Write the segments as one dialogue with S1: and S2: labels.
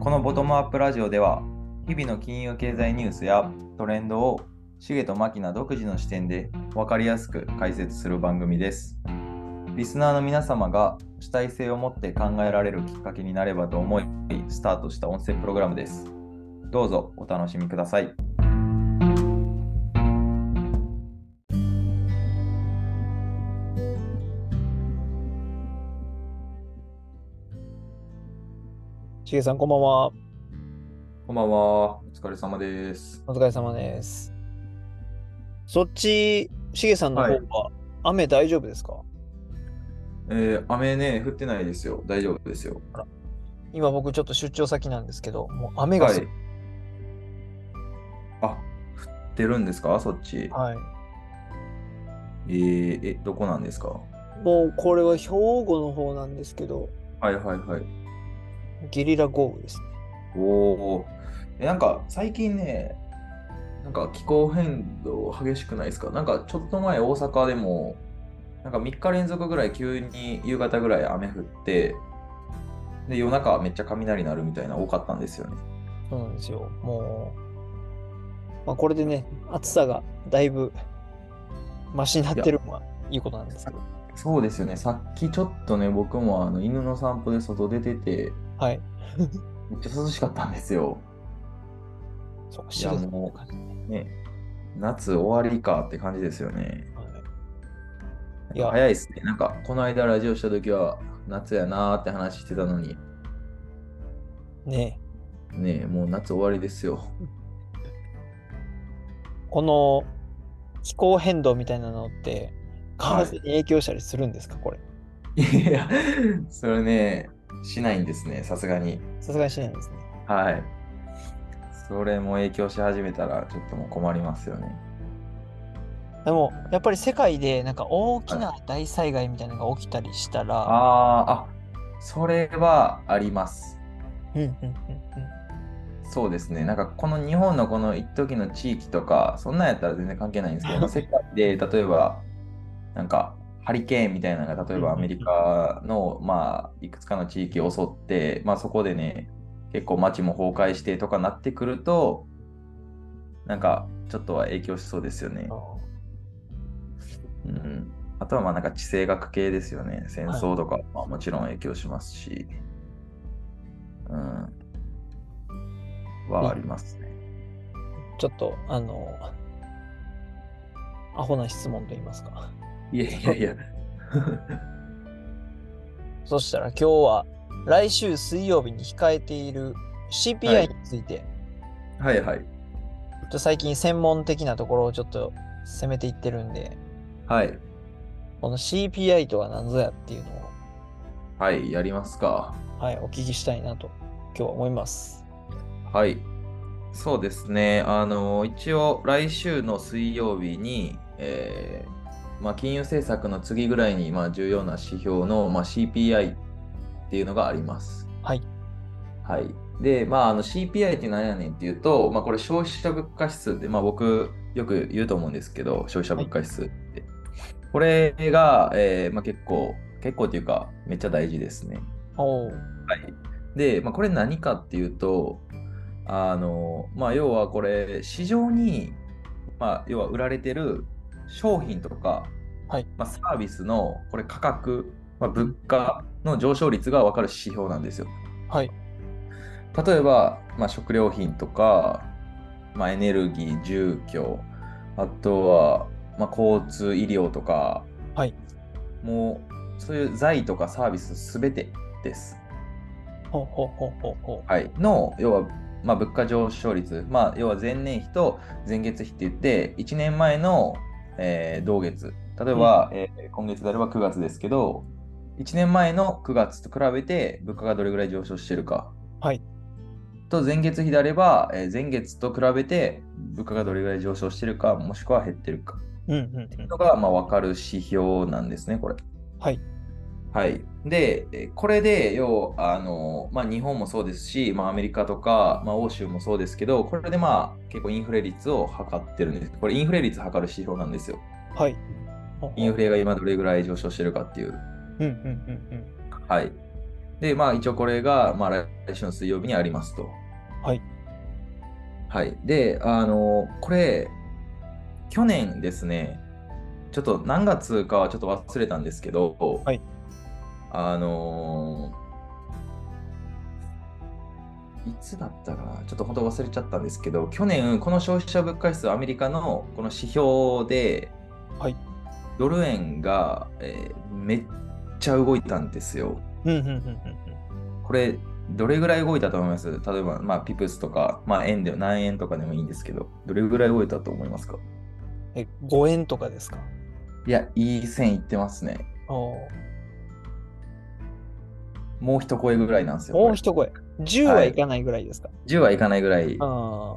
S1: このボトムアップラジオでは日々の金融経済ニュースやトレンドをシゲとマキナ独自の視点で分かりやすく解説する番組ですリスナーの皆様が主体性を持って考えられるきっかけになればと思いスタートした音声プログラムですどうぞお楽しみください
S2: しげさん、こんばんは。
S1: こんばんはお疲れ様です
S2: お疲れ様です。そっち、しげさんの方は、
S1: はい
S2: 雨大丈夫ですか
S1: えー、雨ね降ってないですよ大丈夫ですよ
S2: 今僕ちょっと出張先なんですけど、もう雨がすごい、
S1: あ降ってるんですかそっち、
S2: はい
S1: えー、えどこなんですか
S2: もうこれは兵庫の方なんですけど、
S1: はいはいはい
S2: ゲリラ豪雨ですね。
S1: おお。え、なんか最近ね、なんか気候変動激しくないですかなんかちょっと前大阪でも、なんか3日連続ぐらい急に夕方ぐらい雨降って、で夜中めっちゃ雷鳴るみたいな多かったんですよね。
S2: そうなんですよ。もう、まあ、これでね、暑さがだいぶマシになってるのはいいことなんですけど。
S1: そうですよね。さっきちょっとね、僕もあの犬の散歩で外出てて、
S2: はい。
S1: めっちゃ涼しかったんですよ。
S2: そうか、
S1: い
S2: し
S1: や
S2: げさん
S1: もう
S2: こんな感じね
S1: ね、夏終わりかって感じですよね。
S2: はいいや、
S1: 早いですね。なんか、この間ラジオした時は夏やなーって話してたのに、
S2: ね
S1: ねえ、もう夏終わりですよ。
S2: この気候変動みたいなのって、為
S1: はい
S2: 替に影響したりするんですか、これ。
S1: いや、それね、しないんですね、さすがに。
S2: さすがにしないですね。
S1: はい。それも影響し始めたら、ちょっともう困りますよね。
S2: でも、やっぱり世界でなんか大きな大災害みたいなのが起きたりしたら、
S1: あーあ、それはあります。
S2: うんうんうんうん。
S1: そうですね、なんかこの日本のこの一時の地域とか、そんなんやったら全然関係ないんですけど、世界で例えば、なんかハリケーンみたいなのが、例えばアメリカの、まあ、いくつかの地域を襲って、まあ、そこでね、結構街も崩壊してとかなってくると、なんかちょっとは影響しそうですよね。うん、あとはまあなんか地政学系ですよね。戦争とかはもちろん影響しますし、うん、はありますね。
S2: ちょっと、あの、アホな質問と言いますか。
S1: いやいやいや。
S2: そしたら今日は、来週水曜日に控えている
S1: は
S2: CPI
S1: い
S2: について、
S1: はいはい。
S2: ちょっと最近専門的なところをちょっと攻めていってるんで、
S1: はい。
S2: この CPI とは何ぞやっていうの
S1: はい、やりますか。
S2: を、はい、お聞きしたいなと今日は思います。
S1: はい。そうですね。あの、一応、来週の水曜日に、えーまあ、金融政策の次ぐらいに、まあ、重要な指標の、まあ、CPI っていうのがあります。
S2: はい。
S1: はい。で、まあ、あの CPI って何やねんっていうと、まあ、これ消費者物価指数って、まあ、僕よく言うと思うんですけど、消費者物価指数って。これが、えーまあ、結構、結構というか、めっちゃ大事ですね。
S2: おー
S1: で、まあ、これ何かっていうと、あの、まあ、要はこれ、市場に、まあ、要は売られてる商品とか、
S2: はい
S1: まあ、サービスの、これ価格、まあ、物価の上昇率が分かる指標なんですよ。
S2: はい。
S1: 例えば、まあ、食料品とか、まあ、エネルギー、住居、あとは、まあ、交通、医療とか、
S2: はい
S1: もうそういう財とかサービスすべてです。
S2: ほうほうほうほうほう。
S1: はい、の要は、まあ、物価上昇率、まあ、要は前年比と前月比って言って1年前の、えー同月例えば、えー今月であれば9月ですけど1年前の9月と比べて物価がどれぐらい上昇してるか、
S2: はい、
S1: と前月比であれば、えー前月と比べて物価がどれぐらい上昇してるかもしくは減ってるか
S2: うんうんうん。
S1: のが、まあ、分かる指標なんですねこれ。
S2: はい。
S1: はい、で、えーこれで要あの、まあ、日本もそうですし、まあ、アメリカとか、まあ、欧州もそうですけど、これで、まあ、結構インフレ率を測ってるんです。これ、インフレ率測る指標なんですよ。
S2: はい。
S1: インフレが今どれぐらい上昇してるかっていう。
S2: うんうんうんうん。
S1: はい、で、まあ一応これが、まあ来週の水曜日にありますと。
S2: はい。
S1: はい。で、あの、これ、去年ですね、ちょっと何月かはちょっと忘れたんですけど、
S2: はい
S1: あのーいつだったかな、ちょっと本当忘れちゃったんですけど、去年、この消費者物価指数、アメリカのこの指標で、
S2: はい
S1: ドル円が、えーめっちゃ動いたんですよ。
S2: うんうんうんうん
S1: これ、どれぐらい動いたと思います例えば、まあ、ピプスとか、まあ、円で何円とかでもいいんですけど、どれぐらい動いたと思いますか
S2: うん。え、5円とかですか
S1: いや、いい線いってますね。
S2: おー
S1: もう一声ぐらいなんですよ。
S2: もう
S1: こ
S2: 一声。10
S1: は
S2: はいいかないぐらいですか、
S1: れ10はいかないぐらい
S2: ああ。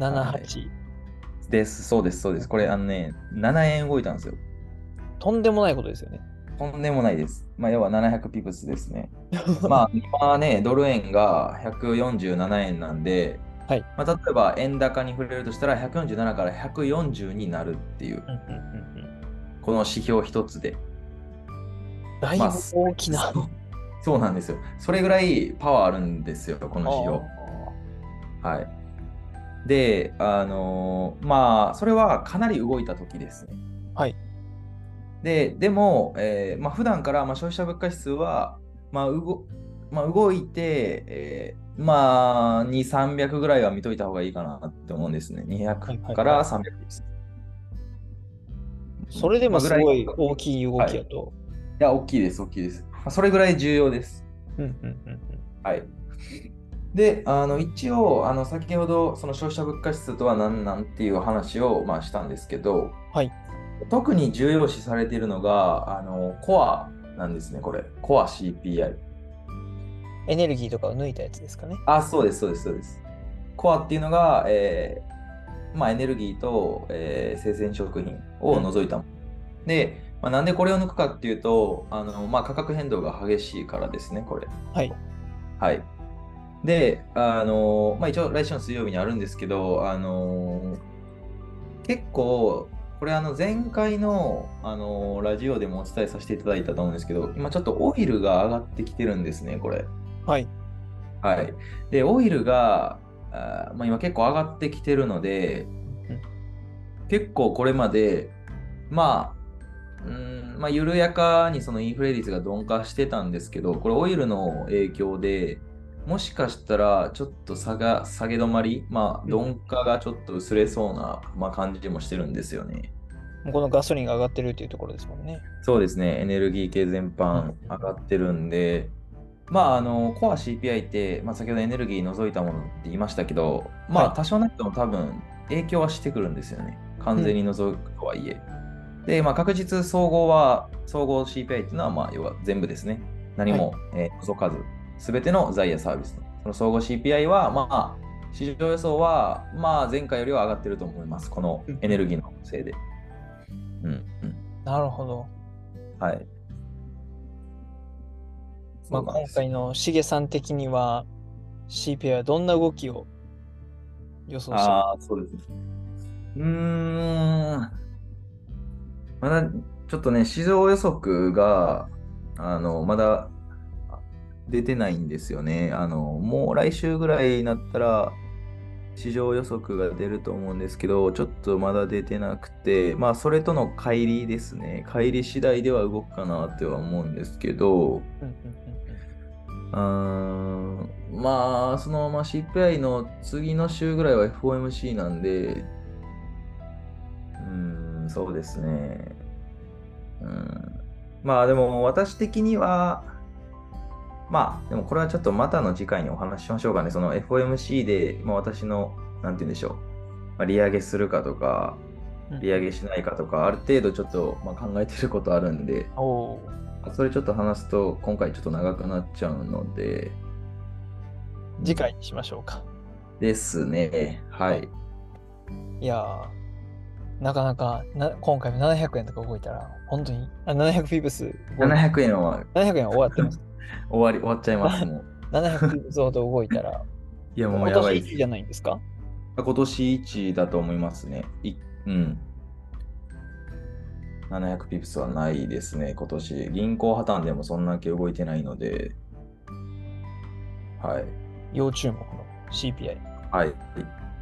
S2: 7、8、
S1: です。そうです、そうです。これ、あのね、7円動いたんですよ。
S2: とんでもないことですよね。
S1: とんでもないです。まあ、要は700ピプスですね。まあ、今ね、ドル円が147円なんで、
S2: はい
S1: まあ、例えば円高に触れるとしたら、147から140になるっていう、
S2: うんうんうんうん
S1: この指標一つで。
S2: だいぶ
S1: まあ
S2: 大きな。
S1: そうなんですよ。それぐらいパワーあるんですよ、この指標。はい。で、あのーまあ、それはかなり動いた時ですね。
S2: はい。
S1: で、でも、えーまあ普段から、まあ、消費者物価指数は、まあ動まあ、動いて、えーまあ、2、300ぐらいは見といた方がいいかなって思うんですね。
S2: はいは
S1: 200
S2: い
S1: から300です。
S2: それでもすごい
S1: まあぐら
S2: 大きい動きやと。
S1: いや、大きいです、大きいです。まあそれぐらい重要です。
S2: うんうんうんうん
S1: はい。で、あの一応、あの先ほど、その消費者物価指数とは何なんっていう話を、まあ、したんですけど、
S2: はい
S1: 特に重要視されているのが、あのコアなんですね、これ。コア CPI。
S2: エネルギーとかを抜いたやつですかね。
S1: あ、そうです、そうです、そうです。コアっていうのが、えーまあ、エネルギーと、えー生鮮食品を除いたもの。で、まあ、なんでこれを抜くかっていうと、あのまあ、価格変動が激しいからですね、これ。
S2: はい。
S1: はい。で、あのまあ、一応来週の水曜日にあるんですけど、あの結構、これあの前回の、あのラジオでもお伝えさせていただいたと思うんですけど、今ちょっとオイルが上がってきてるんですね、これ。
S2: はい。
S1: はい。で、オイルが、あーまあ、今結構上がってきてるので、結構これまで、まあ、うーんまあ、緩やかにそのインフレ率が鈍化してたんですけど、これオイルの影響で、もしかしたらちょっと下が下げ止まり、まあ、
S2: うん
S1: 鈍化がちょっと薄れそうな、まあ、感じもしてるんですよね。
S2: もうこのガソリンが上がってるっていうところですもんね。
S1: そうですね、エネルギー系全般
S2: うん
S1: 上がってるんで、まあ、あの、コア CPI って、まあ、先ほどエネルギー除いたものって言いましたけど、まあ、
S2: はい
S1: 多少なりとも多分影響はしてくるんですよね。完全に除くとはいえ。で、まあ、確実総合は、総合 CPI っていうのは、まあ、要は全部ですね。何も、えー除かず、すべての財やサービスの。その総合 CPI は、まあ、市場予想は、まあ、前回よりは上がってると思います。このエネルギーのせいで。うん、うん。
S2: なるほど。
S1: はい。
S2: まあ、今回のしげさん的には CPI はどんな動きを予想して
S1: ああー、そうですね。うーん。まだ、ちょっとね、市場予測が、あの、まだあ出てないんですよね。あの、もう来週ぐらいになったら、市場予測が出ると思うんですけど、ちょっとまだ出てなくて、まあ、それとの乖離ですね。乖離次第では動くかなっては思うんですけど、
S2: うんうんうんうん
S1: うーんまあ、そのまま CPI の次の週ぐらいは FOMC なんで、うーん、そうですね。うん、まあ、でも私的には、まあ、でもこれはちょっとまたの次回にお話ししましょうかね。その FOMC で、まあ、私の、なんて言うんでしょう、まあ、利上げするかとか、
S2: うん
S1: 利上げしないかとか、ある程度ちょっと、まあ、考えてることあるんで、
S2: おおー。
S1: それちょっと話すと今回ちょっと長くなっちゃうので
S2: 次回にしましょうか。
S1: ですねはい
S2: いやー、なかなかな今回も700円とか動いたら、本当に、あ700フィブス動いた、
S1: 700円は
S2: 700円は終わってます。
S1: 終わり終わっちゃいますもう
S2: 700フィブスほど動いた ら、
S1: いやもう
S2: 今
S1: やば
S2: 年
S1: い
S2: 一じゃないんですか
S1: 今年1だと思いますねいうん700ピプスはないですね今年銀行破綻でもそんなけ動いてないのではい。
S2: 要注目の CPI。
S1: はい。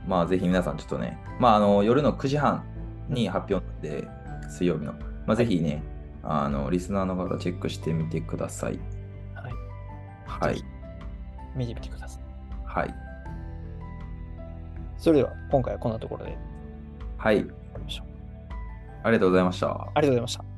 S1: まあ、ぜひ皆さん、ちょっとね、まあ、あの夜の9時半に発表なんで、水曜日の、まあ、ぜひね、あの、リスナーの方、チェックしてみてください。
S2: はい。
S1: はい。
S2: 見てみてください。
S1: はい。
S2: それでは今回はこんなところで終
S1: はい。
S2: わりましょう。
S1: ありがとうございました。
S2: ありがとうございました。